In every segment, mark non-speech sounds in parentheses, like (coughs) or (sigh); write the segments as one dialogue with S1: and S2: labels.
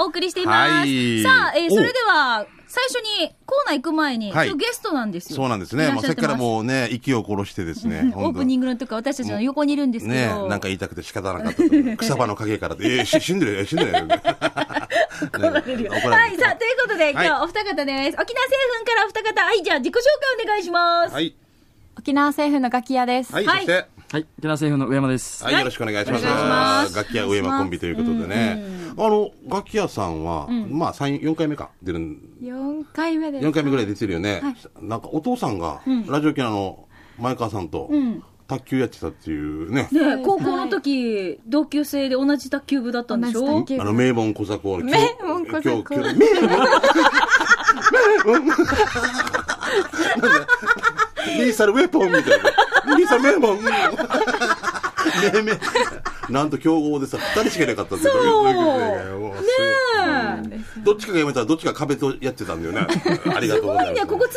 S1: お送りしています。
S2: はい
S1: さあ、えーそれでは、最初にコーナー行く前に、
S2: はい
S1: 今日ゲストなんですよ。
S2: そうなんですね。
S1: いらっ
S2: まあ、
S1: し
S2: さ
S1: ゃ
S2: っ
S1: っ
S2: き
S1: て
S2: か
S1: ます
S2: らもうね、息を殺してですね。
S1: オープニン
S2: ン
S1: グの時私たちの横にいるんですけど。
S2: ねなんか言いたくて仕方なかったと思う。草葉の陰から
S1: (laughs)
S2: で、えー、し死んでるよ、死んでるよ。ね怒
S1: 怒られるよ。
S2: ら
S1: は
S2: れ
S1: い、
S2: る
S1: さあ、ということで、今
S2: はい
S1: 日お二方です。沖縄製粉からお二方、はい、じゃあ自己紹介お願いします。
S2: はい。
S3: 沖縄政府のガキ屋です。
S2: はい、そ
S1: はい
S2: して、
S4: はい、沖縄政府の上山です。
S2: はい、よろしくお願いします。
S1: お願いします
S2: 楽器屋上山コンビということでね。あの、楽器屋さんは、まあ、三4回目か、出るん、
S3: 4回目です。
S2: 4回目ぐらい出てるよね。なんか、お父さんが、ラジオ機能の前川さんと、卓球やってたっていうね。
S1: ね高校の時、同級生で同じ卓球部だったんでし
S3: 同
S1: ょ
S3: じ卓球
S2: あの、名門小坂を、名
S3: 門小
S2: 名門
S3: 坂
S2: 名門名門リーサルウェポンみたいな。リーサル名門名名なんと強豪でさ、二人しかいなかったっていう。
S1: そう
S2: もうすごいうんどっちかがやめたらどっちか壁とやってたんだよね。ありがとうございます
S1: す。ごいね、ここ繋がっ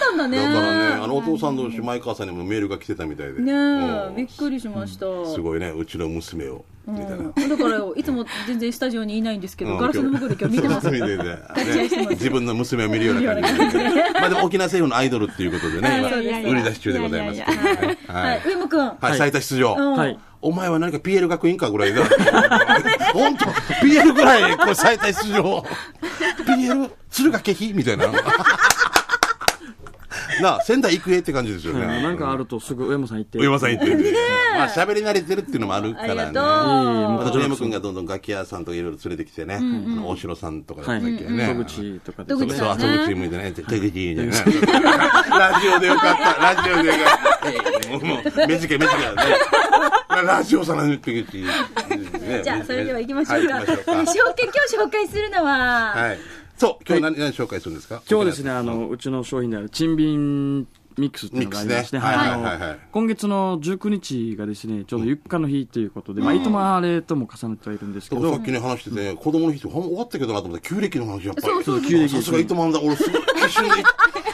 S1: たんだね。
S2: だからね、あのお父さん同士、前川さんにもメールが来てたみたいで。
S1: ねえ、びっ
S2: り。
S1: くりしました。
S2: すごいね、うちの娘を、みたいな。
S1: だから、いつも全然スタジオにいないんですけ
S2: う
S1: ど、
S2: ん
S1: ガラスの向こうで今日見てます。
S2: そうそう見て (laughs) てね自分の娘を見るような感じで。まあでも沖縄政府のアイドルっていうことでね、
S1: そうです
S2: 今売り出し中でございます。
S3: いや
S2: けどねは
S1: はいい、。上間くん。
S2: はい、最多出場。
S1: うん
S4: はい。
S2: お前は何か PL 学院かぐらいだ。本当 PL ぐらい、これ最多出場。PL、敦賀気比みたいな。 (laughs) なあ、仙台育英って感じですよね。
S4: なんかあるとすぐ上山さん行って。
S2: 上山さん
S4: 行
S2: 言ってるんで。まあ喋り慣れてるっていうのもあるからね。
S1: ありが
S4: いえいえも
S2: また
S4: う
S2: 鳥山君がどんどん楽器屋さんとかいろいろ連れてきてね、あの大城さんとかだ
S4: は
S2: っ
S4: い。
S2: たっけね。
S4: 戸口とかです
S1: 戸口
S2: そう、
S1: さ
S2: そ
S1: ん
S2: う、
S1: ね
S2: 口向いてね、手口いいね。 (laughs) ラジオでよかった、 (laughs) ラジオでよかった。もう、もう、目つけ目つけだね。ラジオさんの手口いいね。
S1: じゃあ、それでは行きましょうか。
S2: は
S1: え
S2: い
S1: ー
S2: 行きま
S1: 紹
S2: しょ
S1: 介、
S2: う
S1: 今日紹介するの
S2: か
S1: は、
S2: はい。そう、今日何、何紹介するんですか
S4: 今日ですね、あ、の、うちの商品である、チンビンミックスっていうのがありまして、
S2: ミックスね
S4: あの
S2: はいはいはい
S4: 今月の19日がですね、ちょうどゆっかの日ということで、まあ、いとまあれとも重ねてはいるんですけ
S2: で
S4: ど、
S2: もさっきね、話してて、子供の日って、ほんま終わったけどなと思ったら、旧暦の話、やっぱり。
S1: そうそうそう
S4: 旧暦ですね
S2: さすが糸満だ。俺、すごい一瞬で、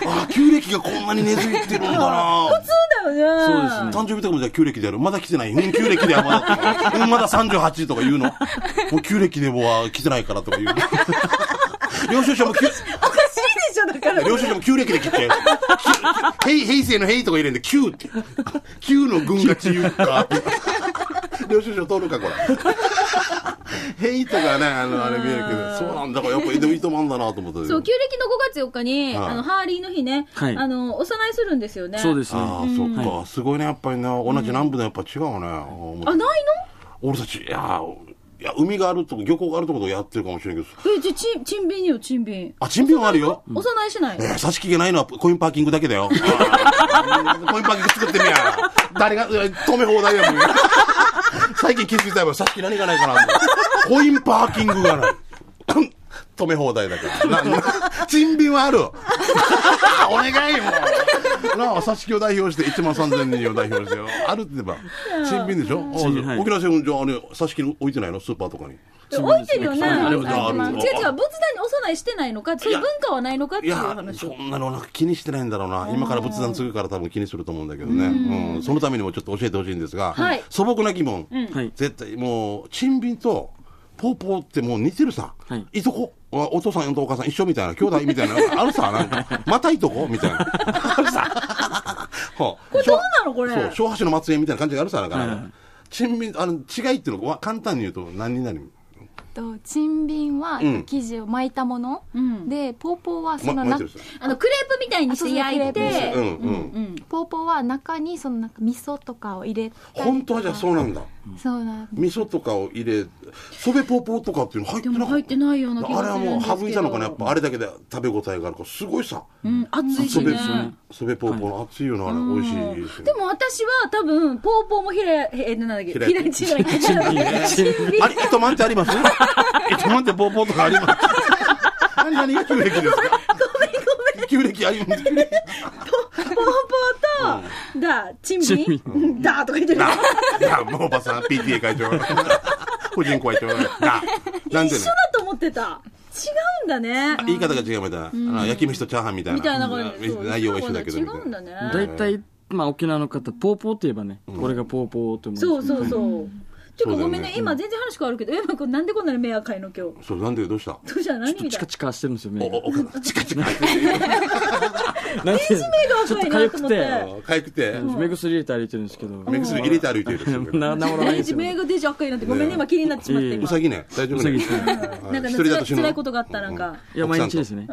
S2: ああ、旧暦がこんなに根付いてるんだな。
S1: そうだよね。
S4: そうです
S2: 誕
S4: ね
S2: 生日とかもじゃあ旧暦である。まだ来てない。うん、旧暦ではま
S1: (laughs)
S2: だ。うん、まだ38とか言うの。もう旧暦でもは来てないからとか言う。
S1: (laughs)
S2: 領収書も旧、
S1: おかしいでしょ、だから。
S2: 領収書も旧暦で切って。き平平成の平とか入れんで、旧って。旧の軍がち言うか。領収書通るか、これ。平とかね、あの、あれ見えるけど、そうなんだから、やっぱ、でも糸満だなと思った
S1: そう、旧暦の5月4日に、
S2: はい
S1: あの、ハーリーの日ね、
S4: はい
S1: あの、お供えするんですよね。
S4: そうですね。
S2: ああ、そっか。すごいね、やっぱりね。同じ南部でやっぱ違うね。あー思った
S1: あ、ない
S2: 俺たち、いやー、いや、海があるとこ、漁港があるとこでやってるかもしれないけど、
S1: のえ、じゃあ、ちん、ちんびんよ、ちんびん。
S2: あ、チンピンはあるよ。
S1: お供えしない。
S2: えー差し木がないのはコインパーキングだけだよ。あー (laughs) コインパーキング作ってみや。誰が、えー止め放題や (laughs) もん。最近気づいたよ、差し木何がないかなって。コインパーキングがない。 (coughs) 止め放題だから。な、な、チンピンはある。 (laughs) お願いもう。なあ、差し木を代表して1万3000人を代表してよ。あるって言えば、チンピンでしょあ
S4: 珍品はい
S2: 沖縄製粉場、あれ、差し木置いてないのスーパーとかに。
S1: 置いてるよね。違う違
S2: あ
S1: う、
S2: れ
S1: 仏
S2: もある
S1: 壇にお供えしてないのか、そういう文化はないのかって
S2: い
S1: いう
S2: や
S1: 話
S2: そ
S1: を。
S2: んなのなんか気にしてないんだろうな今から仏壇継ぐから多分気にすると思うんだけどね、うん、そのためにもちょっと教えてほしいんですが、
S1: はい
S2: 素朴な疑問、
S4: はい。
S2: 絶対もうチンビンとポーポーってもう似てるさ、
S4: はい
S2: いとこお父さんとお母さん一緒みたいな兄弟みたいなあるさなん
S4: (laughs)
S2: かまたいとこみたいなあ
S1: (laughs)
S2: るさこ
S1: これどうなのこれ
S2: そう昭和史の末裔みたいな感じがあるさだから、
S4: はいはい
S2: チンビンあの違いっていうのは簡単に言うと何になる
S3: と、チンビンは
S2: うん
S3: 生地を巻いたもの、
S1: ん
S3: で、ポーポーはそ
S2: ま
S3: の
S2: 巻い
S3: な、
S2: てるさ
S1: あの、クレープみたいにして焼い
S3: あそうそう
S1: て、
S2: うんうん
S1: うん。
S3: ポーポーは中にそのなんか味噌とかを入れたりとか
S2: 本当はじゃあそうなんだ、
S3: そうなん
S2: 味噌とかを入れそべぽーぽーとかっていうの入って
S1: で
S2: なか
S1: も
S2: っ
S1: 入ってないような気
S2: あ
S1: が
S2: れ
S1: す
S2: は
S1: るん
S2: も
S1: で
S2: う
S1: すけど。
S2: 省いたのかなやっぱあれだけで食べ応えがあるからすごいさ
S1: うん、熱いし
S2: そべ
S1: ね。
S2: そべぽーぽーの熱いよなあれ美味しいですよ
S1: でも私は多分、ポーポーもひら、え、なんだっけ、ひ
S2: ひら
S1: らちじゃない、ひらちんびん
S2: あれ糸満ってあります
S1: (laughs)
S2: 糸満ってぽーぽーとかあります何何が旧暦ですか
S1: ごめんごめん。
S2: 旧暦あります旧暦
S1: ポーポーと、だ、ちん
S4: チンビ
S1: びんだとか言ってる。
S2: いやもうおばさん PTA 会長婦人会長ななん
S1: 一
S2: てね
S1: 緒だと思ってた。違うんだね。
S2: 言い方が違うみたいなあの焼き飯とチャーハンみたいな
S1: みたいな感じ。そう
S2: 内容は一緒だけど
S1: 違
S2: みたいな
S1: うんだね。
S4: 大体、まあ、沖縄の方、ポーポーって言えばね、これがポーポーと思うんですけ
S1: そ
S4: ど
S1: うそうそう。て
S2: そ
S1: か
S2: うだ
S1: ご
S2: よ
S1: め
S2: ね
S1: んね、今全然話変わるけど、え、まこなんでこんなに目赤いの今日。
S2: そう、なんでどうした
S1: どうした何みた
S4: チ
S1: い
S4: カ
S1: な。
S4: チカしてるんですよ、
S2: お、
S4: 目が。
S2: お、お、チカチカ。
S4: なんていう
S1: 目が赤いなと思っ
S4: ちょっと
S1: て
S4: 痒。
S2: かゆくて、
S4: 目薬入れて歩いてるんですけど。
S2: 目薬入れて歩いてるんですよ。
S4: な治らな
S1: 大
S4: いで
S1: 事
S4: す
S1: 目
S4: (laughs) よ。
S1: がデジ赤いなってごめんね今気になってしまって
S4: いえいえ
S2: う
S1: 今
S2: さぎね、大丈夫ね
S4: うさぎです
S2: は
S1: な
S2: い
S1: んか
S2: 一
S1: ね
S2: 人だと死
S1: 辛い
S2: ぬ
S1: 辛いことがあったらなんか
S4: いや、毎日ですね。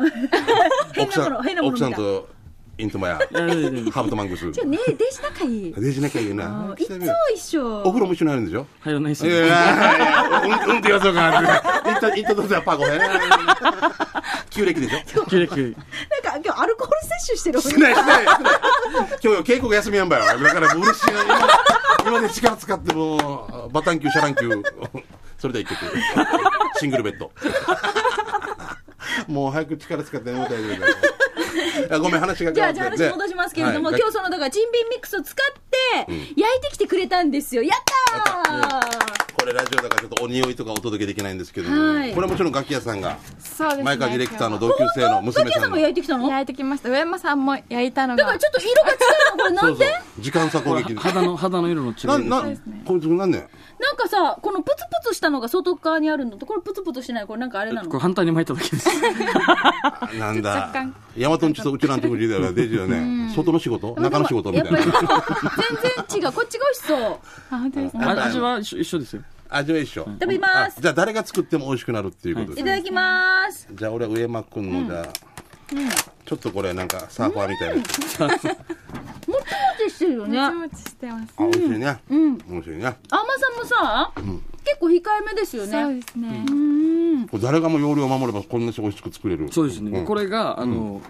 S1: 変
S2: 奥
S1: なも
S2: さん
S1: の変なもの
S2: 奥
S1: 見
S2: さ
S1: た
S2: んとイントマや
S4: いやいやいや
S2: ハーブとマングス
S1: じゃあねでしたかいい
S2: デジなきゃいい
S1: あ
S2: な
S1: ーいつも一緒
S2: お風呂も一緒になるんでしょ
S4: 入らないです
S2: い
S4: よ
S2: やい
S4: ね。
S2: やいやうんうんって言わそうかなってイントイントとしてはパコへ旧暦でしょ
S4: キレキレ。
S1: なんか今日アルコール摂取してる
S2: してないしてないしてない今日稽古が休みやんばよだからもう嬉しいな今今で力使ってもうバタンキューシャランキューそれでは一曲シングルベッドもう早く力使って眠たいぐらいだよいやごめん話が
S1: じ
S2: 変
S1: ゃ
S2: わ
S1: あ、
S2: って
S1: じゃあ話戻しますけれども、
S2: はい
S1: 今日その、だから、チンビンミックスを使って、焼いてきてくれたんですよ。やったー
S2: これラジオだからちょっとお匂いとかお届けできないんですけども、
S1: はい
S2: これはもちろん楽器屋さんが
S3: そうですね
S2: 前川ディレクターの同級生の
S1: ガ
S2: 娘
S1: キ屋
S2: さん
S1: さんも
S2: の
S1: 焼いてきたのだ
S3: 焼いてきました上山さんも焼いたのが
S1: から、ちょっと色が違うの、これな
S2: そ
S1: ん
S2: うそ
S1: で
S2: う時間差攻撃で
S4: 肌の、肌の色の違いです
S2: な
S4: ね。
S2: んな
S3: そうんですね
S2: これなんで
S1: なんかさ、このプツプツしたのが外側にあるのと、これプツプツしてない、これなんかあれな
S4: これ
S1: の。
S4: 反対に巻いただけです。
S2: あなんだ
S3: 若干
S2: 大和んちとうちらんちもいいだよねデジよね外の仕事中の仕事み
S1: や
S2: た
S1: っ
S2: い
S1: ぱりでも
S2: な、
S1: 全然違う。こっちが美味しそう。
S3: あ本当ですか
S4: あ味は一緒一緒ですよ。
S2: 味は一緒
S1: 食べます
S2: あじゃあ誰が作っても美味しくなるっていうことで
S1: い
S2: す、
S1: ただきます。
S2: じゃあ俺は上間君のじゃあ、ちょっとこれなんかサーファーみたいな、
S1: もちもちしてるよね。
S3: もち
S1: 甘
S3: もちしてます
S2: あ美味しいね、
S1: ん
S2: 美味しいね
S1: さもさ、結構控えめですよ
S3: そう
S1: ね。
S3: ですね
S1: うん。
S2: これ誰がも容量を守ればこんなに美味しく作れる
S4: そうですね。
S2: ん
S4: これが、あの、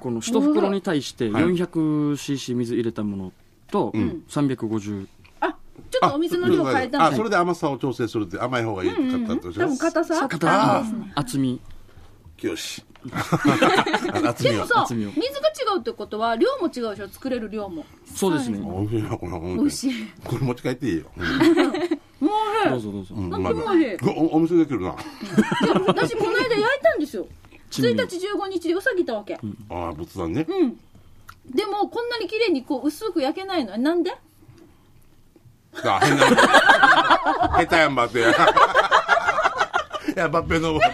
S4: この一袋に対して 400cc 水入れたものと、350。
S1: あ、ちょっとお水の量変えた
S2: あ
S1: の。
S2: それで甘さを調整するって甘い方がいいって買ったとし
S1: 多分硬さ
S4: 硬厚み。
S1: (laughs)
S2: よし厚
S1: で
S2: み
S1: も
S2: は
S1: さ、
S4: 厚
S1: 水
S4: みを
S1: が違うってことは、量も違うでしょ作れる量も。
S4: そうですね。ど
S2: 美味しいなこれ美
S1: 美味しい。
S2: これ持ち帰っていいよ
S1: もう
S4: うぞどうぞ。
S2: うん
S1: な
S2: うんま
S1: か
S2: いうな
S1: まい
S2: おお店できるな
S1: 私、この間焼いたんですよ。
S4: チ
S1: 1
S4: ンビン
S1: 日、15日でうさぎいたわけ。うん。
S2: ああ仏壇ね
S1: でも、こんなに綺麗にこう、薄く焼けないの。なんで
S2: あ変な (laughs) 下手やんばっていやばっぺの (laughs)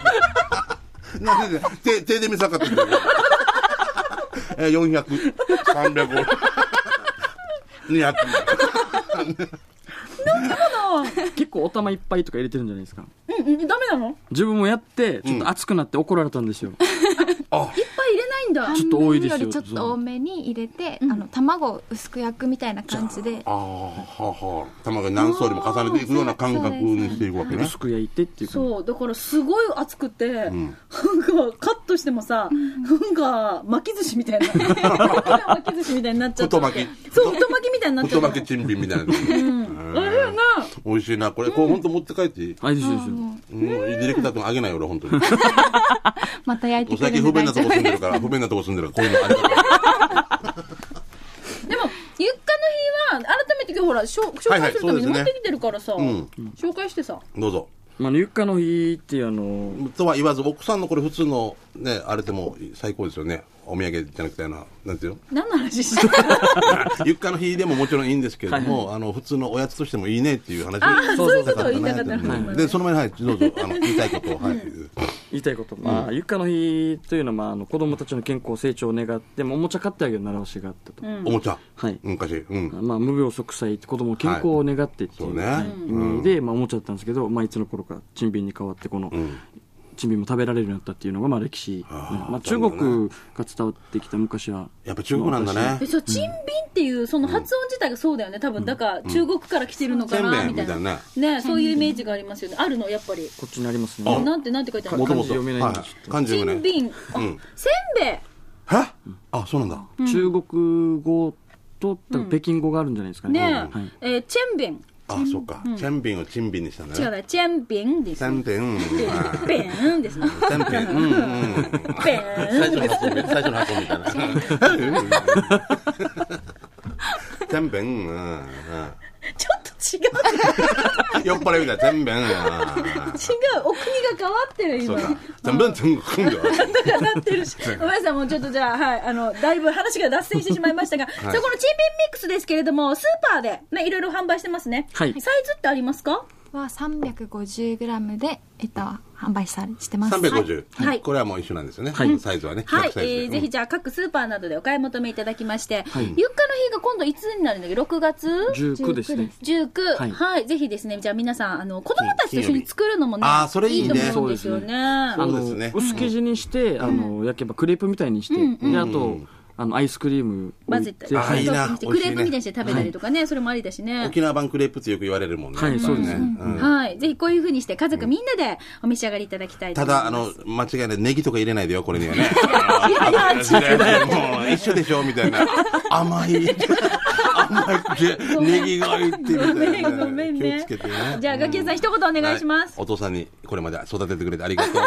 S2: なんでね手手で見さかってんだよ (laughs) え400300にやってんだ
S4: 結構お玉いっぱいとか入れてるんじゃないですか。
S1: うん、うん、ダメなの
S4: 自分もやって、ちょっと熱くなって怒られたんですよ。
S1: いっぱい入れないんだ。
S4: ちょっと多いですよ
S3: 半分よりちょっと多めに入れて、あの卵を薄く焼くみたいな感じで
S2: ああはあはあ卵に何層にも重ねていくような感覚にしていくわけね
S4: 薄く焼いてっていうか。
S1: そう、だからすごい熱くて、
S2: ん
S1: なんかカットしてもさ、なんか巻き寿司みたいな。巻き寿司みたいになっちゃったわけ。
S2: 太巻き
S1: そう、太巻きみたいになっちゃ
S2: 太
S1: ったの。
S2: 巻きチンビンみたいなの。
S1: 美味しいな。
S2: 美味しいな。これ、こう、ほんと持って帰っていい
S4: あ、いいですよいいです
S2: う
S4: よ。
S2: ん、ディレクター君あげないよ、俺、ほんとに。
S3: また焼い
S2: お
S3: てくれ
S2: 酒
S3: る
S2: 不
S3: んで
S2: 便
S3: 大
S2: な
S3: 丈
S2: と
S3: 夫
S2: こ住んでる
S3: です
S2: から、
S1: (laughs)
S2: 不便なとこ住んでるから、こういうのあれだから。
S1: でも、ゆっかの日は、改めて今日ほら、しょ紹
S2: はいは
S1: 介
S2: い
S1: するために
S2: そうで
S1: 持
S2: すね
S1: ってきてるからさ、
S2: ん
S1: 紹介してさ。
S2: どうぞ。
S4: まあ、ゆっかの日っていうあの、
S2: とは言わず、奥さんのこれ、普通の、ね、あれでも最高ですよね。お土産じゃなくて、あの、な
S1: (laughs)
S2: んていうの
S1: 何の話してた
S2: ゆっかの日でももちろんいいんですけれども、あの、普通のおやつとしてもいいねっていう話を
S1: ああ、
S4: そ
S1: そううい
S4: そ
S1: うう
S4: そ
S1: こ
S4: う
S1: とを言いたかったのか
S2: うん
S1: 今
S2: で、
S1: ね
S2: その前に、はい、どうぞ、あの、言いたいことを、はい。
S4: 言いたいこと、まあ、ゆっかの日というのは、まあ、あの子供たちの健康成長を願って、まあおもちゃ買ってあげる習わしがあったと。
S2: おもちゃ。
S4: はい。
S2: 昔、うん。
S4: まあ、無病息災って子供の健康を願ってっていう、
S2: はい
S4: はい
S2: そうね
S4: 意味で、まあ、おもちゃだったんですけど、まあ、いつの頃かチンビンに変わってこの、チンビンも食べられるようになったっていうのが、まあ、歴史、
S2: あー
S4: まあ、中国が伝わってきた昔は
S2: やっぱ中国なんだね
S1: え。そう、チンビンっていう、その発音自体がそうだよね。多分、だから、中国から来てるのか
S2: せん
S1: な、
S2: べい
S1: みたい
S2: みたい
S1: な。
S2: なね。
S1: ね、そういうイメージがありますよね。あるの、やっぱり。
S4: こっちにあります
S2: あ
S4: ね
S1: なんて、なんて書いてある
S4: も
S1: の
S4: と
S2: 元
S4: も
S2: 々
S4: と読めないんでちょっと
S2: 漢字
S1: チ
S2: 読めな
S1: ン
S2: い。
S1: ビン。あ、
S2: うん
S1: せんべい。
S2: はあ、そうなんだ。
S4: 中国語とだから北京語があるんじゃないですかね。
S1: ねえ、
S4: はい
S1: えーチェンビン。
S2: あ、そうか。チェンビンをチンビンにしたんだ
S1: 違う
S2: ね。
S1: ね、チェンビンです
S2: チ。ェンビン。はい
S1: ベーンですね。
S2: チェンビン。うんうん。
S1: ベーン。
S2: 最初の発音み、最初の発音みたいな。チェンビン。うんうん
S1: ちょっと
S2: 酔っ払いみたい全面
S1: お
S2: や
S1: 国が変わってる
S2: そう
S1: 今
S2: か全面全部よ
S1: だからなってるし、ごめんなさい、もうちょっとじゃあ、はい、あの、だいぶ話が脱線してしまいましたが、さあ、このチンビンミックスですけれども、スーパーで、ね、いろいろ販売してますね。
S4: はい
S1: サイズってありますか
S3: は 350g で、えっと、販売されしてます。
S2: 350、
S1: はい
S2: これはもう一緒なんですよね、
S4: はい
S2: サイズはね
S1: はい
S2: 100、
S1: え
S2: サイズで
S1: ー、ぜひじゃあ各スーパーなどでお買い求めいただきまして、
S4: はい
S1: ゆっかの日が今度いつになるんだっけ、6月
S4: 19ですね。
S1: 19、は、
S4: はいい
S1: ぜひですね、じゃあ皆さん、あの、子供たちと一緒に作るのもね、
S2: 金曜日あーそれいいね
S1: と思うんですよね。
S4: あ
S2: そうです
S4: の、
S2: ね
S4: 薄生地にして、あの、焼けばクレープみたいにして、で、あと、あの、アイスクリーム置
S1: 混
S4: い
S1: ぜ
S4: て。
S1: たり、
S2: あーいいな
S1: クレープみたいにして食べたりとかね、それもありだしね。
S2: 沖縄版クレープってよく言われるもんね、
S4: はいそうですね
S2: ん
S1: はい。ぜひこういうふうにして家族みんなでお召し上がりいただきたいと
S2: た
S1: 思います。
S2: だ、あの、間違いない、ネギとか入れないでよ、これにはね。
S1: (laughs) いやいや
S2: もう、一緒でしょ、みたいな。甘い。甘いって、ネギが入って、みたいな。
S1: ごめんごめんね
S2: 気をつけてね。
S1: じゃあ、ガキンさん一言お願いします。
S2: はいお父さんに、これまで育ててくれてありが
S1: (laughs)
S2: とう。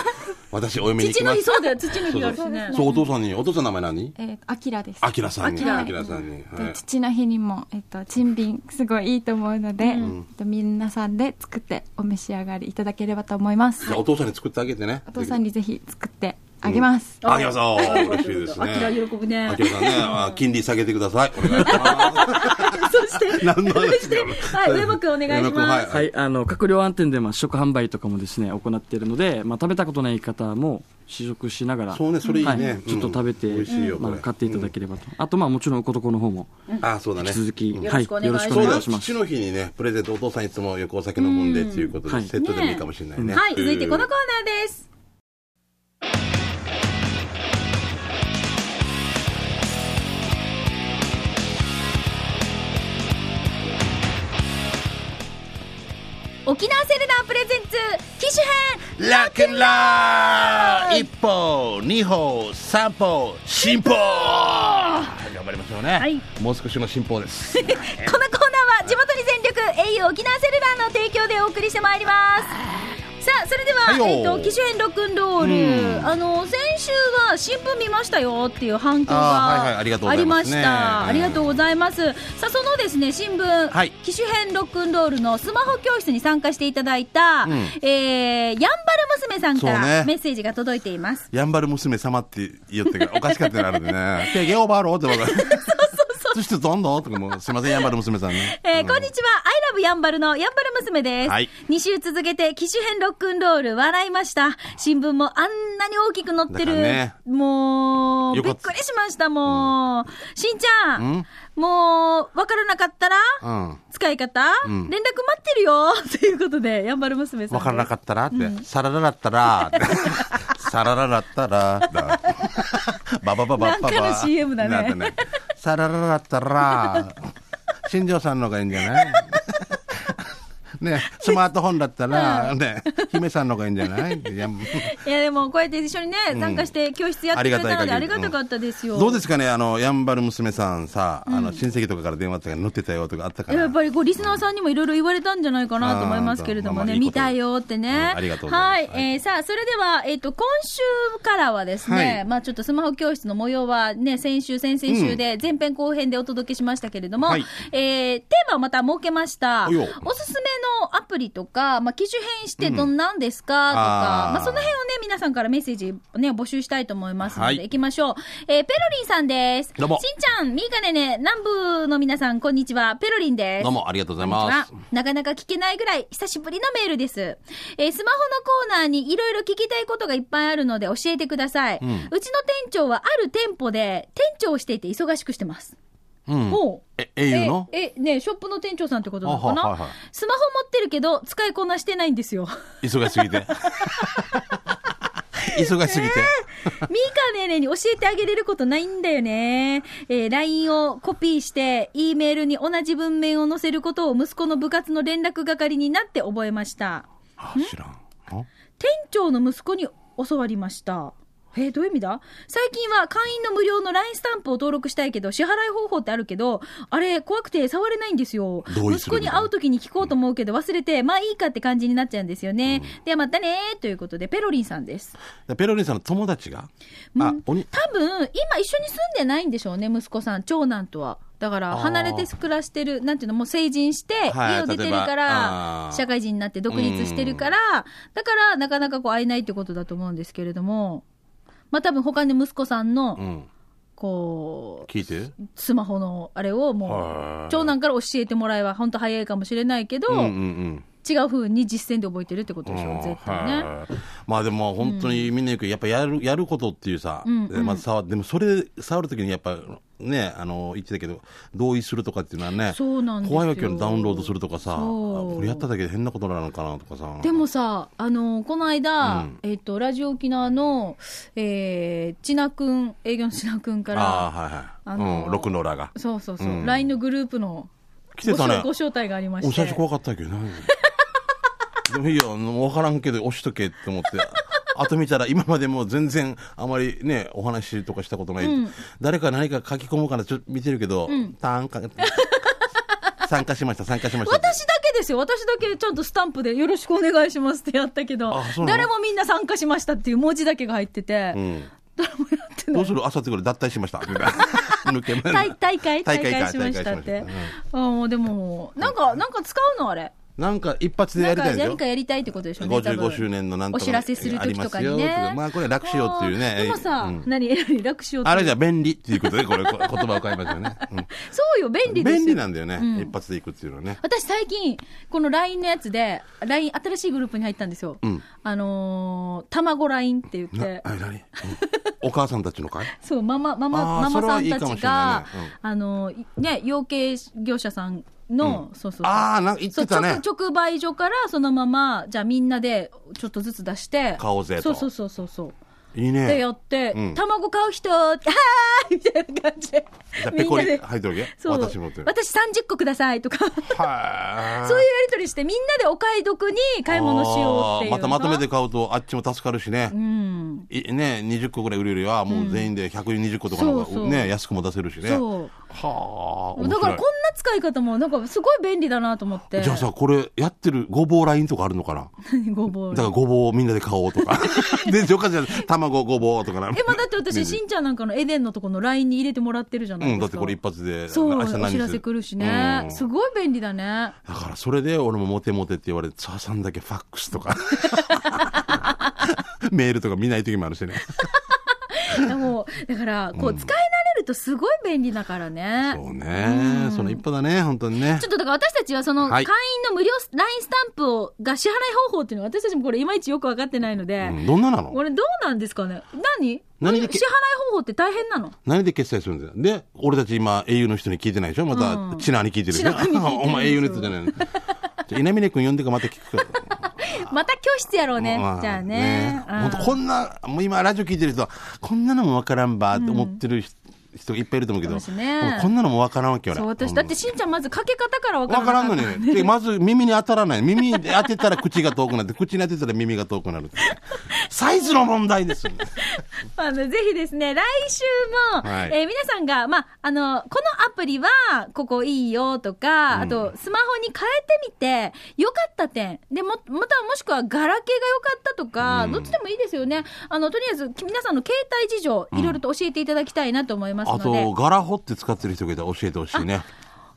S2: 私、お嫁に行
S1: 父
S2: きま
S1: の日、
S2: す。
S1: そうだよ。父の日あるしね。
S2: そう、お父さんに、お父さんの名前何
S3: えっと、アキラです。
S2: あきらさんに。
S1: あきら
S2: あきらさんに。は
S3: で
S2: い
S3: 父の日にも、えっと、チンビンすごいいいと思うので、えっと、皆さんで作ってお召し上がりいただければと思います
S2: じゃあ、お父さんに作ってあげてね。
S3: お父さんにぜひ作ってあげます、
S2: あげます。おー嬉しいですね。
S1: あきら喜ぶね
S2: あきらさんね、あ金利下げてください。お願いします。
S1: (laughs) そ
S2: (laughs)
S1: して、
S2: 何の話
S1: (laughs)
S2: だろう
S1: はい、上山くんお願いします
S2: 上山くんはい
S4: はい、あの、閣僚案店で、まあ、試食販売とかもですね、行っているので、まあ、食べたことない方も試食しながら、
S2: そうねそれいいね
S4: は
S2: うん
S4: ちょっと食べて、
S2: 美味しいよ
S4: まあ
S2: これ
S4: 買っていただければと。あと、まあ、もちろん、おことこの方も、
S2: あ、そうだ
S4: 引
S2: ね
S4: き。続き、
S1: ん
S4: は
S1: よ
S4: い、
S1: ろしくお願い
S4: よろしく
S2: そ
S4: お
S2: う
S4: 願
S2: だ、
S4: いします
S2: 父。の日にね、プレゼント、お父さんいつもよくお酒飲むんで、ということ
S4: は
S2: で、
S4: い
S2: セットでもいいかもしれないね。
S1: はい、続いてこのコーナーです。沖縄セルラープレゼンツ機種編
S2: ラックンラー一歩、二歩、三歩、進歩頑張りましょうね。
S1: はい
S2: もう少しの進
S1: (laughs)
S2: 歩です。
S1: このコーナーは地元に全力 au 沖縄セルラーの提供でお送りしてまいりますさあそれでは、
S2: はいよ
S1: えっと機種編ロックンロールあの先週は新聞見ましたよっていう反響
S2: あーはいはい
S1: が
S2: ありがとう
S1: あ
S2: ござ
S1: り
S2: い
S1: ま
S2: ま
S1: し
S2: すね
S1: た
S2: うん
S1: ありがとうございますさあそのですね新聞、
S2: はい
S1: 機種編ロックンロールのスマホ教室に参加していただいた、
S2: ん
S1: えー、やんばる娘さんか
S2: そう
S1: ら
S2: ね
S1: メッセージが届いています、
S2: やんばる娘様って言ってからおかしかったなるん
S1: (laughs)
S2: でね。てげおばろうってことそう (laughs) そうそう。そしてどんどんとかも、すいません、やんばる娘さんね。
S1: えーこんにちは。アイラブヤンバルのヤンバル娘です。
S2: はい
S1: 2週続けて機種編ロックンロール笑いました。新聞もあんなに大きく載って
S2: だか
S1: る。
S2: らね
S1: もう、び
S2: よか
S1: っ
S2: った
S1: くりしました、もう。しんちゃん、
S2: ん
S1: もう、わからなかったら、
S2: うん。
S1: 使い方、
S2: ん
S1: 連絡待ってるよ (laughs) ということで、ヤンバル娘さん。
S2: わからなか
S1: っ
S2: ったらって、サラララっ
S1: (laughs)
S2: たらって、サラララったら、だバババババ
S1: な
S2: バ
S1: んかの CM だね
S2: なんサラララったら、新庄さんの方がいいんじゃ
S1: (laughs)
S2: ないね、スマートフォンだったら、ね、姫さんの方がいいんじゃないいや
S1: た。いや、でも、こうやって一緒にね、参加して教室やってくれたので、あ
S2: あ
S1: り
S2: り
S1: が
S2: がたい限り
S1: たかったですよ。
S2: どうですすかね、あの、やんばる娘さんさ、あの、親戚とかから電話とかに乗ってたよとかあったか
S1: や
S2: ら
S1: っ。ぱりこうリスナーさんにもいろいろ言われたんじゃないかなと思いますけれどもね、
S2: あーまあまあいいこと
S1: 見たよってね、
S2: うんありがとうございます
S1: はい、えーさあ、それでは、えっ、と、今週からはですね、
S2: はい
S1: まあちょっとスマホ教室の模様はね、先週、先々週で、前編後編でお届けしましたけれども、
S2: はい
S1: えーテーマをまた設けました。
S2: およ
S1: おすすめのアプリとか、まあ機種変してどんなんですかとか、
S2: あー
S1: まあその辺をね、皆さんからメッセージね、募集したいと思いますので、、
S2: はいい
S1: 行きましょう。えーペロリンさんです。
S2: どうも
S1: しんちゃん、みーかねね、南部の皆さん、こんにちは。ペロリンです。
S2: どうもありがとうござい
S1: こんに
S2: ます
S1: ちは。なかなか聞けないぐらい久しぶりのメールです。えースマホのコーナーにいろいろ聞きたいことがいっぱいあるので教えてください。うちの店長はある店舗で店長をしていて忙しくしてます。
S2: うん。
S1: ほう。
S2: え、英雄の
S1: え、えねショップの店長さんってことなのか
S2: あはいは
S1: ない
S2: はい
S1: スマホ持ってるけど使いこなしてないんですよ。
S2: 忙しす
S1: (laughs)
S2: ぎて。忙しすぎて。
S1: ミーカーネーネーに教えてあげれることないんだよね。えー LINE をコピーして、E メールに同じ文面を載せることを息子の部活の連絡係になって覚えました。
S2: あ知らん。あ
S1: 店長の息子に教わりました。えーどういう意味だ最近は会員の無料の LINE スタンプを登録したいけど、支払い方法ってあるけど、あれ、怖くて触れないんですよ。
S2: 同意す
S1: 息
S2: る
S1: 子
S2: みたいな
S1: に会うときに聞こうと思うけど、忘れて、まあいいかって感じになっちゃうんですよね。ではまたねーということで、ペロリンさんです。
S2: でペロリンさんの友達が、
S1: う
S2: あ
S1: ん、
S2: おに、
S1: 多分、今一緒に住んでないんでしょうね、息子さん、長男とは。だから、
S2: あー
S1: 離れて暮らしてる、なんていうの、もう成人して、
S2: はい
S1: 家を出てるか
S2: 例えば
S1: ら
S2: あ、ー
S1: 社会人になって独立してるから、だから、なかなかこう会えないってことだと思うんですけれども、まあ多分他の息子さんの
S2: う、ん、
S1: こ
S2: 聞いて。
S1: う、スマホのあれをも
S2: は
S1: う、
S2: い
S1: 長男から教えてもらえば、本当早いかもしれないけど、
S2: うんうんうん。
S1: 違う風に実践で覚えてるってことでしょ、絶対ね。
S2: はいまあでも本当にみんなよくやっぱやる、やることっていうさ、
S1: うんうん
S2: でまず触でもそれ触るときにやっぱね、あの、言ってたけど、同意するとかっていうのはね、
S1: そうなんですよ
S2: 怖いわけよ、ダウンロードするとかさ、あ
S1: そう
S2: これやっただけで変なことなのかなとかさ。
S1: でもさ、あのこの間、
S2: うん
S1: えっ、と、ラジオ沖縄の、えー、千奈くん、営業の千奈くんか
S2: ああ、
S1: ら、
S2: はいはい。
S1: あの
S2: うん、ロックノーラーが。
S1: そうそうそう、
S2: うん
S1: LINE のグループの
S2: 来
S1: ご,、
S2: てたね。
S1: ご招待がありま
S2: お
S1: して
S2: 最初。怖かったけどな。でもいいよ、わからんけど押しとけって思って。あと見たら今までもう全然あまりね、お話とかしたことない。
S1: うん
S2: 誰か何か書き込もうかなちょっと見てるけど、
S1: ん
S2: 参加、 (laughs) 参加しました、参加しました。
S1: 私だけですよ。私だけちゃんとスタンプでよろしくお願いしますってやったけど
S2: あそ、うなの
S1: 誰もみんな参加しましたっていう文字だけが入ってて、
S2: うん。
S1: 誰もやってな
S2: どう
S1: い
S2: す。る朝ってこれ脱退しました。み
S1: (laughs)
S2: たいな抜けま
S1: 大大会大
S2: 大会
S1: 会
S2: か
S1: しましたって。
S2: 大会しま
S1: あもうでも、なんか、なんか使うのあれ。
S2: なんか一発で
S1: な
S2: や
S1: ん
S2: り
S1: か
S2: たいんでし
S1: 何
S2: ょ
S1: かやりたいってことでしょうね。多分
S2: 55周年のなんと
S1: お
S2: か
S1: 知らせする時とかに
S2: あります
S1: ね
S2: よ。まあこれ楽しようっていうね。
S1: あーでもさ、
S2: うん
S1: 何、楽しようって
S2: あれじゃ便利っていうことで、これ、こ言葉を変えますよね。うん
S1: そうよ、便利ですよ
S2: 便利なんだよね、
S1: うん
S2: 一発でいくっていうのはね。
S1: 私最近、この LINE のやつで、LINE、新しいグループに入ったんですよ。
S2: ん
S1: あのー、卵 LINE って言っ
S2: な
S1: て、
S2: あれ何、うんお母さんたちの会
S1: そう、ママ、ママ、
S2: あ
S1: ママ
S2: ー
S1: さん
S2: それはいい
S1: た
S2: かも
S1: ち
S2: しれな
S1: が
S2: いねうん、
S1: あのー、いね、養鶏業者さんの、そうそうそう。
S2: ああ、なんか言っ
S1: そう
S2: てたね。
S1: 直直売所からそのまま、じゃあみんなでちょっとずつ出して、
S2: 買おうぜと
S1: そうそうそうそうそう。
S2: い
S1: で
S2: いね
S1: や。って、
S2: うん
S1: 卵買う人、はーいみたいな感じで
S2: じゃあ、ペ
S1: みん
S2: コ
S1: な
S2: リ
S1: で、
S2: 入っておけ。
S1: そう
S2: 私もって。
S1: 私30個くださいとか、
S2: は
S1: そういうやりとりして、みんなでお買い得に買い物しようっていう
S2: あーまたまとめて
S1: て。
S2: 買うと、あっちも助かるしね
S1: う。ん。
S2: いね、20個ぐらい売るよりは、もう全員で120個とかの
S1: そう
S2: 方
S1: そう
S2: がね、安くも出せるしね。
S1: そ
S2: はあ、
S1: う。
S2: 面
S1: だから
S2: 白
S1: こん
S2: い
S1: な使い方も、なんかすごい便利だなと思って。
S2: じゃあさ、これやってるごぼうラインとかあるのかな
S1: 何ごぼう
S2: だからごぼうをみんなで買おうと
S1: (laughs)
S2: か。で、ジョカじゃ卵ごぼうとかな。
S1: え、まあ、だって私、しんちゃんなんかのエデンのとこの LINE に入れてもらってるじゃないです
S2: うん、
S1: か。
S2: だってこれ一発で、
S1: そう、
S2: 明日
S1: お
S2: 何
S1: 知ら
S2: す
S1: せ
S2: る
S1: 来るしね。
S2: うん
S1: すごい便利だね。
S2: だからそれで俺もモテモテって言われて、さあさんだけファックス
S1: (laughs)
S2: とか。メールとか見ない時もあるしね。
S1: でもだから、こう、使い慣れるとすごい便利だからね。
S2: そうね。その一歩だね、本当にね
S1: ちょ。っとだから私たちはその
S2: は
S1: 会
S2: い
S1: 員の無料 LINE スタンプをが支払い方法っていうのは私たちもこれいまいちよく分かってないので、
S2: うんどんななの
S1: これどうなんですかね何
S2: 何
S1: 支払
S2: で
S1: い
S2: け
S1: 方法って大変なの
S2: 何で決済するんだよ。で、俺たち今、au の人に聞いてないでしょま
S1: う
S2: た
S1: ん、
S2: チナーに聞いてるでしょ
S1: チナーに聞いてる
S2: (laughs) お前 au の人じゃな
S1: (laughs)
S2: いの。じゃあ稲峰君呼んでからまた聞くから。
S1: また教室やろうね。
S2: まあ
S1: じゃあね。うん
S2: 本当こんな、もう今ラジオ聞いてる人は、こんなのもわからんばって思ってる人人がいっぱいいると思うけど、
S1: そうですね
S2: もうこんなのもわからんわけよね。
S1: そう、私、
S2: うん
S1: だってしんちゃんまずかけ方から分から
S2: わ
S1: なから
S2: か
S1: っ
S2: ん
S1: た
S2: のね。でまず耳に当たらない。耳で当てたら口が遠くなって、口に当てたら耳が遠くなるって。サイズの問題ですよね。
S1: あの、ぜひですね、来週も、
S2: はい
S1: えー皆さんが、まあ、あの、このアプリは、ここいいよとか、あと、スマホに変えてみて、良かった点。で、も、またもしくは、ガラケーが良かったとか、どっちでもいいですよね。あの、とりあえず、皆さんの携帯事情、いろいろと教えていただきたいなと思いますの
S2: あ
S1: で。
S2: と、ガラホって使ってる人がいたら教えてほしいね。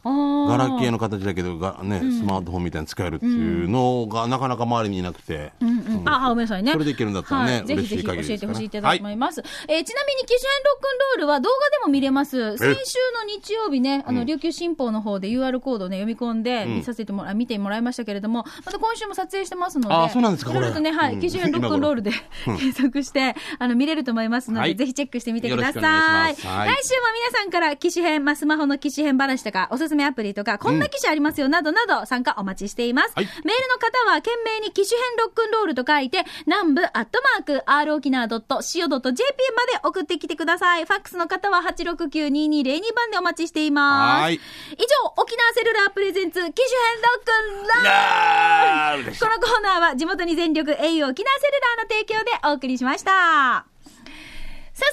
S1: あー
S2: ガラケーの形だけど、がね、スマートフォンみたいに使えるっていうのが、なかなか周りにいなくて。
S1: うんうん、あ、あごめんなさいね。
S2: それでいけるんだったらね
S1: はい、ぜひぜひ
S2: 嬉し
S1: 教え
S2: い限りです
S1: て
S2: か
S1: ほ
S2: らね
S1: しいと思います。えーちなみに、機種編ロックンロールは動画でも見れます。先週の日曜日ね、あの、琉球新報の方で UR コードをね、読み込んで、見させてもら、見てもらいましたけれども、また今週も撮影してますので、
S2: あそうなんですか
S1: いろいろとね、
S2: これ
S1: はい、
S2: うん
S1: 機種編ロックンロールで検索して、あの、見れると思いますの
S2: は
S1: で、
S2: い
S1: ぜひチェックしてみてください。
S2: よろしくお願
S1: 来
S2: い
S1: 週
S2: し
S1: も
S2: ますはい
S1: 皆さんから機種編、まあ、スマホの機種編話とか、おすすめアプリとか、こんな機種ありますよ、などなど、参加お待ちしています。
S2: はい
S1: メールの方は、懸命に機種編ロックンロールと書いて、南部アットマーク、r 沖縄 .co.jp まで送ってきてください。ファックスの方は、869-2202番でお待ちしています。
S2: はい
S1: 以上、沖縄セルラープレゼンツ、機種編ロックンロール
S2: なー嬉しい
S1: このコーナーは地元に全力 au 沖縄セルラーの提供でお送りしました。あ、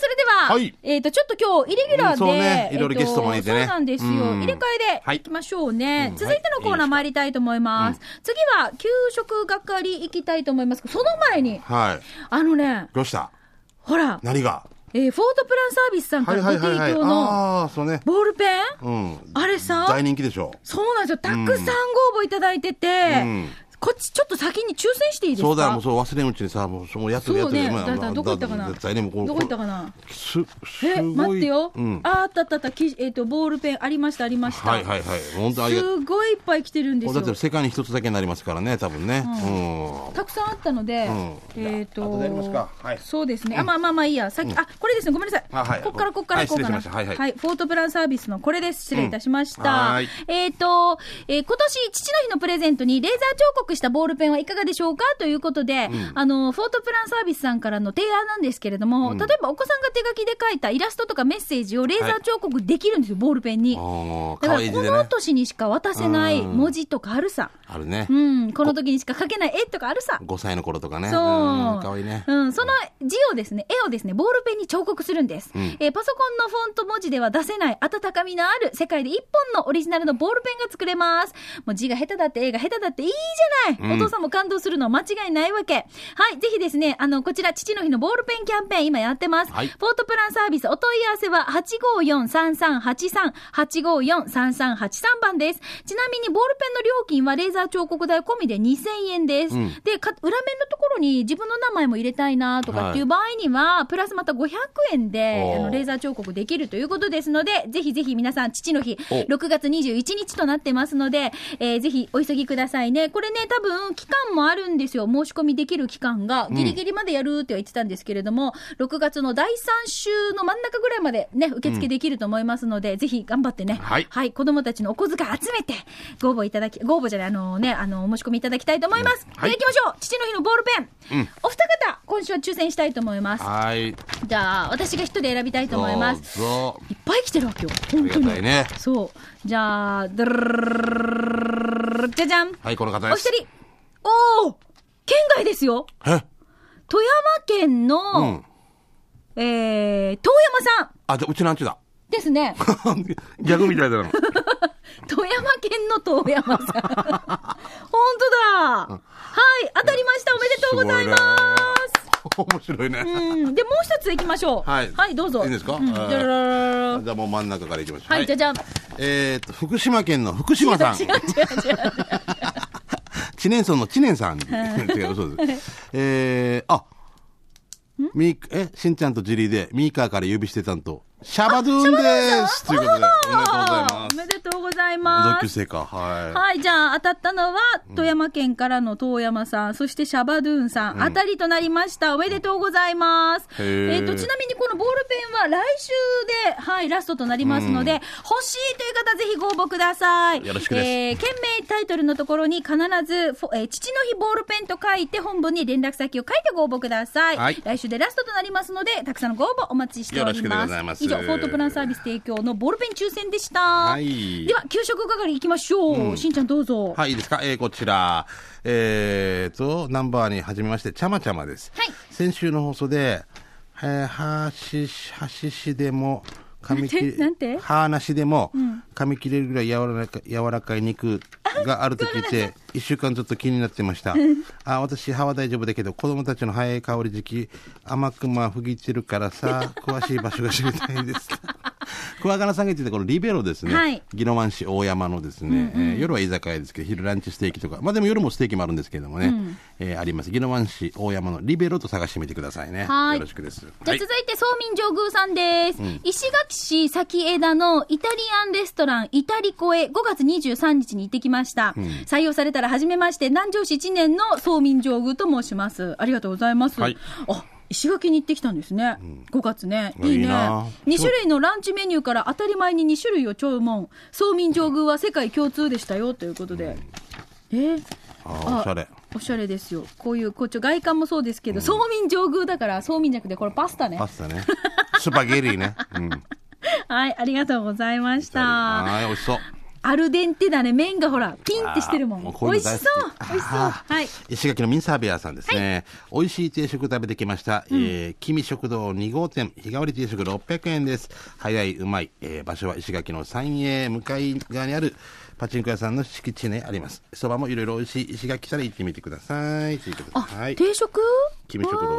S1: それでは、
S2: はい
S1: えっ、と、ちょっと今日、イレギュラーで、
S2: うんそう
S1: えー
S2: ね
S1: と
S2: いろいろゲスト招いてね
S1: そうなんですよ。
S2: うん
S1: 入れ替え
S2: は
S1: で、い
S2: い
S1: きましょうね、
S2: うん
S1: 続いてのコーナー参りたいと思います。次は、給食係行きたいと思います。その前に、
S2: はい。
S1: あのね、
S2: どうした
S1: ほら、
S2: 何が
S1: えーフォートプランサービスさんか
S2: はい
S1: ら
S2: は
S1: ご
S2: いはいは
S1: 提
S2: い。
S1: 供の
S2: ああ、そうね。
S1: ボールペン、
S2: うん。
S1: あれさ
S2: 大人気でしょ
S1: そうなんですよ。たくさんご応募いただいてて、
S2: うん
S1: こっちちょっと先に抽選していいですか
S2: そうだよ、もうそう忘れんうちにさ、もうそのやつ
S1: そ
S2: でや
S1: う
S2: つで、
S1: ね。
S2: まあ
S1: だだどこ行ったか
S2: だ
S1: な
S2: 絶対ね、もうこう
S1: どこ行ったかな
S2: す、す
S1: え、
S2: ごい
S1: 待ってよ。
S2: うん。
S1: ああったあったあった、きえっ、と、ボールペンありました、ありました。
S2: はいはいはい。本当ありがとう。
S1: すごいいっぱい来てるんです
S2: だって
S1: よ。
S2: 世界に一つだけになりますからね、多分ね。う
S1: たくさんあったので、
S2: ん
S1: えっ、
S2: 後でやります
S1: と
S2: か、はい
S1: そうですね。あ、まあまあまあいいや。さっき、あ、これですね。ごめんなさい。
S2: あはい
S1: こっからこっから
S2: はい
S1: こうかな。
S2: 失礼しましたはいはい
S1: フォートプランサービスのこれです。失礼いたしまし
S2: うん
S1: た。
S2: はーい
S1: えっ、と、えー今年父の日のプレゼントにレーザー彫刻したボールペンはいかがでしょうかということで、あの、フォートプランサービスさんからの提案なんですけれども、例えばお子さんが手書きで書いたイラストとかメッセージをレーザー彫刻できるんですよ、ボールペンに。
S2: ん。ああ、
S1: だ
S2: 可
S1: か
S2: 愛
S1: ら
S2: い
S1: こ
S2: 字で
S1: の
S2: ね。
S1: 年にしか渡せない
S2: うん
S1: 文字とかあるさ。
S2: あるね
S1: う。ん、この時にしか書けない絵とかあるさ。
S2: 5歳の頃とかね。
S1: そう。
S2: ん可愛いね。
S1: うん、その字をですね、絵をですね、ボールペンに彫刻するんです。
S2: ん
S1: えーパソコンのフォント文字では出せない温かみのある世界で一本のオリジナルのボールペンが作れます。もう字が下手だって、絵が下手だっていいじゃない、
S2: うん
S1: お父さんも感動するのは間違いないわけ。はい、ぜひですね、あの、こちら、父の日のボールペンキャンペーン今やってます。
S2: はい
S1: フォートプランサービスお問い合わせは854-3383、854-3383番です。ちなみにボールペンの料金はレーザー彫刻代込みで2000円です。
S2: うん
S1: で、か裏面のところに自分の名前も入れたいなとかっていう場合には、プラスまた500円で
S2: おー
S1: あのレーザー彫刻できるということですので、ぜひぜひ皆さん父の日、
S2: お
S1: 6月21日となってますので、えーぜひお急ぎくださいね。これね、多分期間もあるんですよ。申し込みできる期間が、ギリギリまでやるっては言ってたんですけれども、6月の第3週の真ん中ぐらいまでね、受付できると思いますので、ぜひ頑張ってね、
S2: はい
S1: 子供たちのお小遣い集めて、ご応募いただき、ご応募じゃない、あのね、あの、お申し込みいただきたいと思います。
S2: はい
S1: では行きましょう父の日のボールペン、お二方、今週は抽選したいと思います。
S2: はい。
S1: じゃあ、私が一人選びたいと思います。
S2: どうぞ。
S1: いっぱい来てるわけよ。
S2: あ
S1: 本
S2: り
S1: 当
S2: が
S1: に。
S2: たいね。
S1: そう。じゃあ、ドゥルルルルルルルじゃじゃん。
S2: はい、この方
S1: お
S2: で
S1: 一
S2: す。
S1: 人。おお県外ですよ。
S2: え
S1: 富山県
S2: う
S1: の、
S2: ん。
S1: えー、遠山さん
S2: あ、じゃあうちなんちゅだ。
S1: ですね。
S2: ギャグみたいだな。
S1: 富山県の遠山さん。本当だ。はい、当たりました。おめでとうございます。
S2: すごいね。面白いね。
S1: うん。で、もう一つ行きましょう。
S2: はい
S1: どうぞ。
S2: いいですか
S1: うん、
S2: はい
S1: ドゥルルルルル
S2: じゃあもう真ん中からいきましょう。
S1: はい、じゃじゃん。違
S2: えーっと、福島県の福島さん。
S1: う違う違う。
S2: (laughs) 知念村の知念さん。違う、そうです。えー、あ、みーえ、しんちゃんとジリーで、ミーカーから指してたんと、シャバドゥーンですということで、おめでとうございま
S1: お
S2: す。
S1: めでとうござい
S2: 同
S1: ま
S2: 級
S1: す。
S2: 生か、は
S1: はい、じゃあ当たったのは、富山県からの遠山さん、そしてシャバドゥーンさん、当たりとなりました。おめでとうございます。
S2: へー
S1: えっ、と、ちなみにこのボールペンは来週で、はい、ラストとなりますので、欲しいという方、ぜひご応募ください。
S2: よろしくです
S1: えー件名タイトルのところに必ず、フォえー父の日ボールペンと書いて、本文に連絡先を書いてご応募ください。
S2: はい
S1: 来週でラストとなりますので、たくさんのご応募お待ちしております。
S2: よろしくでございます
S1: 以上、フォートプランサービス提供のボールペン抽選でした。
S2: い。はい
S1: で。は、給食係行きましょう。しんちゃんどうぞ。
S2: はい、いいですか。えー、こちら。えーと、ナンバーに初めまして、ちゃまちゃまです。
S1: はい
S2: 先週の放送で、えー、はしし、はししでも、噛み切れ、
S1: なんてなんて
S2: はなしでも、噛み切れるぐらい柔らか柔らかい肉があると聞いて、一週間ずっと気になってました。あ、私、歯は大丈夫だけど、子供たちの早い香り時期、甘くま吹ぎ散るからさ、
S1: (laughs)
S2: 詳しい場所が知りたいです。桑原さんが言ってたこのリベロですね。
S1: はい
S2: 宜野湾市大山のですね、えー夜は居酒屋ですけど昼ランチステーキとかまあでも夜もステーキもあるんですけどもね、えーあります宜野湾市大山のリベロと探してみてくださいね
S1: はい
S2: よろしくです
S1: じゃあ続いて、総民上宮さんです。石垣市先枝のイタリアンレストラン、イタリコへ5月23日に行ってきました。採用されたら、初めまして、南城市1年の総民上宮と申します。ありがとうございます。
S2: はい
S1: あ石垣に行ってきたんですね。5月ね。いい
S2: い
S1: ね
S2: いな。
S1: 2種類のランチメニューから当たり前に2種類を注文。総民上宮は世界共通でしたよ、ということで。えー
S2: ああおしゃれ
S1: おしゃれですよ。こういう、こっちょ、外観もそうですけど、総民上宮だから、総民じゃなくて、これパスタね (laughs)
S2: パ。スタねスパゲリーねうん
S1: はい、ありがとうございました。
S2: はい美味しそう
S1: アルデンテだね。麺がほら、ピンってしてるもん。
S2: あーもうこう
S1: 美
S2: いう
S1: 味
S2: の
S1: し
S2: 大
S1: そう
S2: 好き。
S1: 美味しそう。
S2: あー
S1: はい。
S2: 石垣のミンサーベアさんですね。美味しい定食食べてきました。えー君食堂2号店、日替わり定食600円です。早い、うまい。えー場所は石垣の三栄向かい側にあるパチンコ屋さんの敷地内にあります。そばもいろいろ美味しい。石垣来たら行ってみてください。ということ
S1: あ、
S2: ではい。
S1: 定食
S2: 君食堂という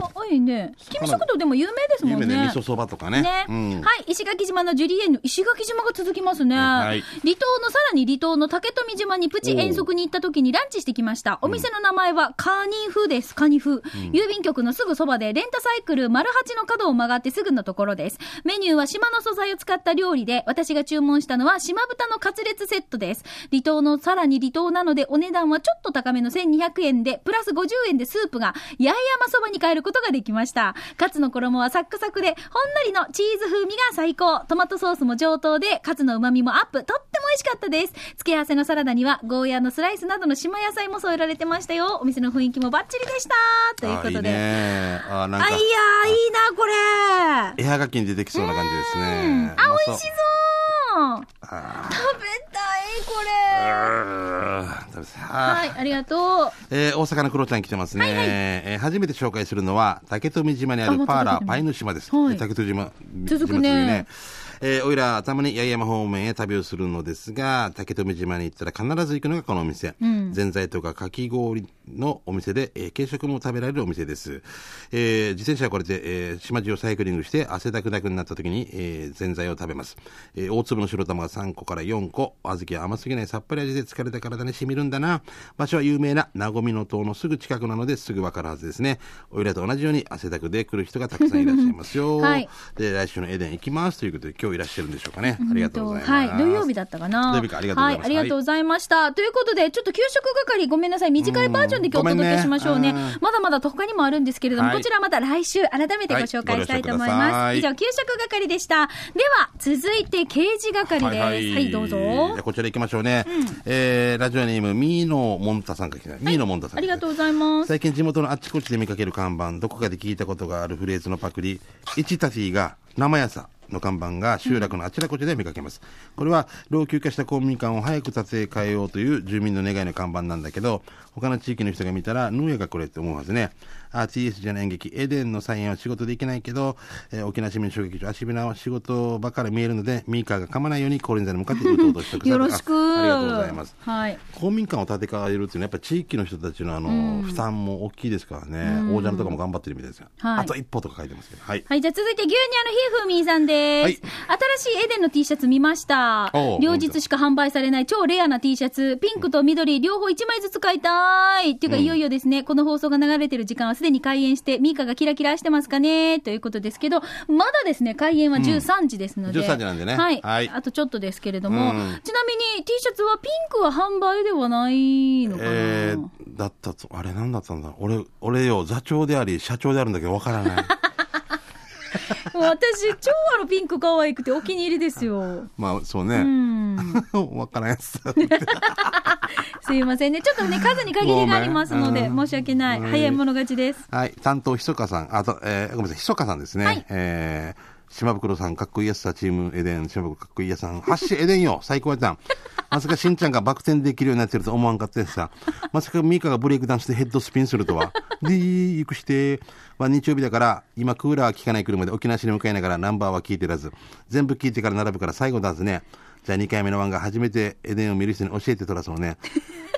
S2: こと
S1: あーいいね。君食堂でも有名ですも
S2: 有
S1: ん
S2: 名
S1: ね。
S2: で味噌そばとかね。
S1: ね、
S2: うん。
S1: はい、石垣島のジュリエンヌ、石垣島が続きますね。
S2: はい
S1: 離島の、さらに離島の竹富島にプチ遠足に行った時にランチしてきました。お店の名前はカーニー風です。カーニー風。郵便局のすぐそばで、レンタサイクル丸八の角を曲がってすぐのところです。メニューは島の素材を使った料理で、私が注文したのは島豚のカツレツセットです。離島の、さらに離島なので、お値段はちょっと高めの1200円で、プラス50円でスープが、八重山そばに変えることができました。カツの衣はサックサクで、ほんのりのチーズ風味が最高。トマトソースも上等で、カツの旨味もアップ。とっても美味しかったです。付け合わせのサラダには、ゴーヤーのスライスなどの島野菜も添えられてましたよ。お店の雰囲気もバッチリでした。というこ
S2: あーい
S1: とで。
S2: いね。あーなん
S1: あ、いや、
S2: か
S1: ー、いいな、これ。
S2: 絵はがきに出てきそうな感じですね。
S1: あ、
S2: うま
S1: 美
S2: そう
S1: 味しそう。
S2: あ
S1: 食べたい、これ。
S2: ー食べたあー
S1: はい、ありがとう。
S2: えー大阪のクロちゃん来てますね、えー初めて紹介するのは竹富島にあ
S1: あ
S2: る
S1: また
S2: パーラ
S1: 竹富
S2: パイヌ島です、
S1: はい
S2: えー竹富島
S1: 続くね
S2: 島えーおいらたまに八重山方面へ旅をするのですが竹富島に行ったら必ず行くのがこのお店、ぜんざいとかかき氷のお店で、えー軽食も食べられるお店です、えー自転車をこれで、えー島中をサイクリングして汗だくだくになった時に、えー、ぜんざいを食べます、えー大粒の白玉が3個から4個小豆は甘すぎないさっぱり味で疲れた体にしみるんだな場所は有名な名古の島のすぐ近くなのですぐわかるはずですねおいらと同じように汗だくで来る人がたくさんいらっしゃいます
S1: (laughs)
S2: よ、
S1: はい
S2: で来週のエデン行きますということで今日いらっしゃるんでしょうかねありがとうございます、
S1: はい、土曜日だったかな。
S2: 土曜日かありがとうございます
S1: はありがとうございました。ということで、ちょっと給食係、ごめんなさい、短いバージョンで今日お
S2: うんごめん
S1: 届
S2: ね
S1: けしましょうね。
S2: うん
S1: まだまだ他にもあるんですけれども、
S2: はい
S1: こちらまた来週、改めてご紹介したいと思いま
S2: はいご了承くださ
S1: す。
S2: い
S1: 以上、給食係でした。では、続いて刑事係です。はい、どうぞ。
S2: じゃあこちら行きましょうね。えーラジオネーム、ミーノモンタさんが来てない。ミーノモンタさん
S1: あ
S2: が
S1: り
S2: 来てない。
S1: がとうございます。
S2: 最近地元のあっちこっちで見かける看板、どこかで聞いたことがあるフレーズのパクリ、イチタティが生屋さの看板が集落のあちらこちらで見かけます。これは老朽化した公民館を早く建て替えようという住民の願いの看板なんだけど、他の地域の人が見たら、ヌーヤがこれって思うはずね。RTS じゃない演劇、エデンの再演は仕事できないけど、えー沖縄市民小劇場、足びなは仕事ばかり見えるので、ミーカーが噛まないように高輪座に向かってうとうとしてください。
S1: よろしく。
S2: あありがとうございます。
S1: はい。
S2: 公民館を建て替えるっていうのはやっぱり地域の人たちのあの負担も大きいですからね、王者のとかも頑張ってるみたいですよ、
S1: はい
S2: あと一歩とか書いてますけどはい
S1: はい、じゃあ続いて牛乳のひーふーみーさんです、新しいエデンの T シャツ見ました
S2: おう。
S1: 両日しか販売されない超レアな T シャツ。ピンクと緑、両方1枚ずつ買いたい。っていうか、いよいよですね、この放送が流れてる時間はすでに開演して、ミーカがキラキラしてますかねということですけど、まだですね、開演は13時ですので。
S2: 13時なんでね
S1: はい。
S2: はい
S1: あとちょっとですけれども、
S2: うん
S1: ちなみに T シャツはピンクは販売ではないのかな、
S2: えー、だったとあれ何だったんだ俺俺よ座長であり社長であるんだけどわか
S1: (laughs)
S2: らない
S1: 私、超あのピンク可愛くてお気に入りですよ。
S2: まあそう
S1: う
S2: ね、
S1: ん。
S2: (laughs) わからんやつだ
S1: すいませんね。ちょっとね、数に限りがありますので、
S2: ごめん
S1: 申し訳ない。
S2: うん
S1: 早い者勝ちです。
S2: はい担当ひそかさんあと、えーごめんなさいひそかさんですね、
S1: はい
S2: えー島袋さん、かっこいいやつさ、チームエデン、島袋かっこいいやつさん、ハッシュエデンよ、最高やったん。まさかしんちゃんがバク転できるようになってると思わんかったやつさ。まさかミカがブレイクダンスでヘッドスピンするとは。で、行くして、は日曜日だから、今クーラーは効かない車で沖縄市に向かいながらナンバーは聞いてらず、全部聞いてから並ぶから最後だぜね。じゃあ2回目のワンが初めてエデンを見る人に教えてとらそうね。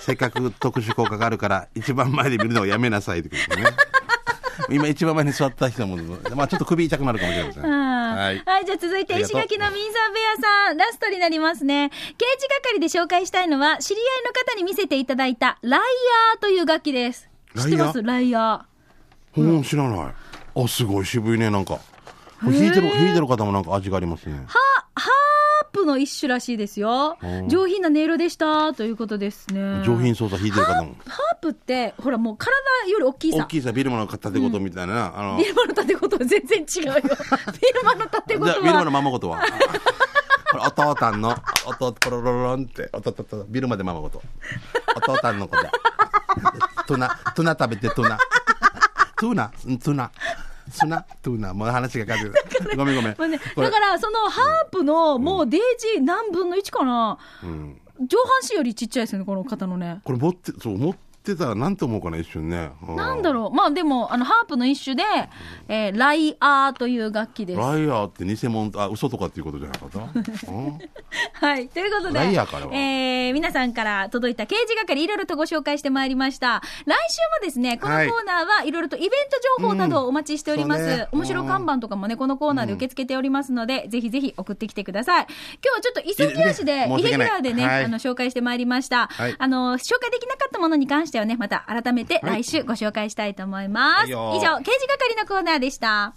S2: せっかく特殊効果があるから、一番前で見るのをやめなさいってことね。今一番前に座った人も、まあちょっと首痛くなるかもしれません。
S1: あー
S2: はい。
S1: はい、じゃあ続い
S2: あ
S1: て
S2: りが
S1: 石
S2: とう
S1: 垣のミンサーベアさん、ラストになりますね。刑事係で紹介したいのは、知り合いの方に見せていただいた、ライヤーという楽器です。知ってますライヤ
S2: うん、知らない。あ、すごい渋いね、なんか。これ弾いてる、弾いてる方もなんか味がありますね。
S1: ー。ハハープの一種らしいですよ。上品な音色でした、ということですね。
S2: 上品そうさ弾いてる方も。
S1: ハープって、ほらもう体より大きい
S2: 大
S1: さ。
S2: きいさ、ビルマの片手ことみたいな、あの、
S1: ビ
S2: ビ
S1: ルマの縦ことは全然
S2: (laughs)
S1: 違うよ。ビルマの縦
S2: ル
S1: ことは。
S2: マのままことは。これ、お父さんの、おと、ポロロロンって、おととと、ビルマでままこと。お父さんのこと。トゥナ、トゥナ食べて、トゥナ。トゥナ、うんトゥナ。砂、トゥーナ、もう話が変わってる。ごめんごめん。
S1: まあ (laughs) ね、
S2: これ
S1: だから、そのハープの、もうデージ何分の1かな、
S2: うん
S1: 上半身よりちっちゃいですよね、この方のね。
S2: これ持って、そう、持ってたらなんと思うかな、一瞬ね。
S1: なんだろう、まあでも、あの、ハープの一種で、えーライアーという楽器です。
S2: ライアーって偽物、あ、嘘とかっていうことじゃなかっ
S1: (laughs)
S2: たうん
S1: はい。ということで、
S2: ライアーからは
S1: えー、皆さんから届いた刑事係、いろいろとご紹介してまいりました。来週もですね、このコーナーはいろいろとイベント情報などをお待ちしております。
S2: うんそうね
S1: 面白看板とかもね、このコーナーで受け付けておりますので、ぜひぜひ送ってきてください。今日はちょっと急ぎ足で、
S2: いね
S1: イレギュラーでね、
S2: 申し訳ない
S1: あの、紹介してまいりました、
S2: はい
S1: あの、紹介できなかったものに関してはね、また改めて来週ご紹介したいと思います。
S2: はいよ
S1: 以上、刑事係のコーナーでした。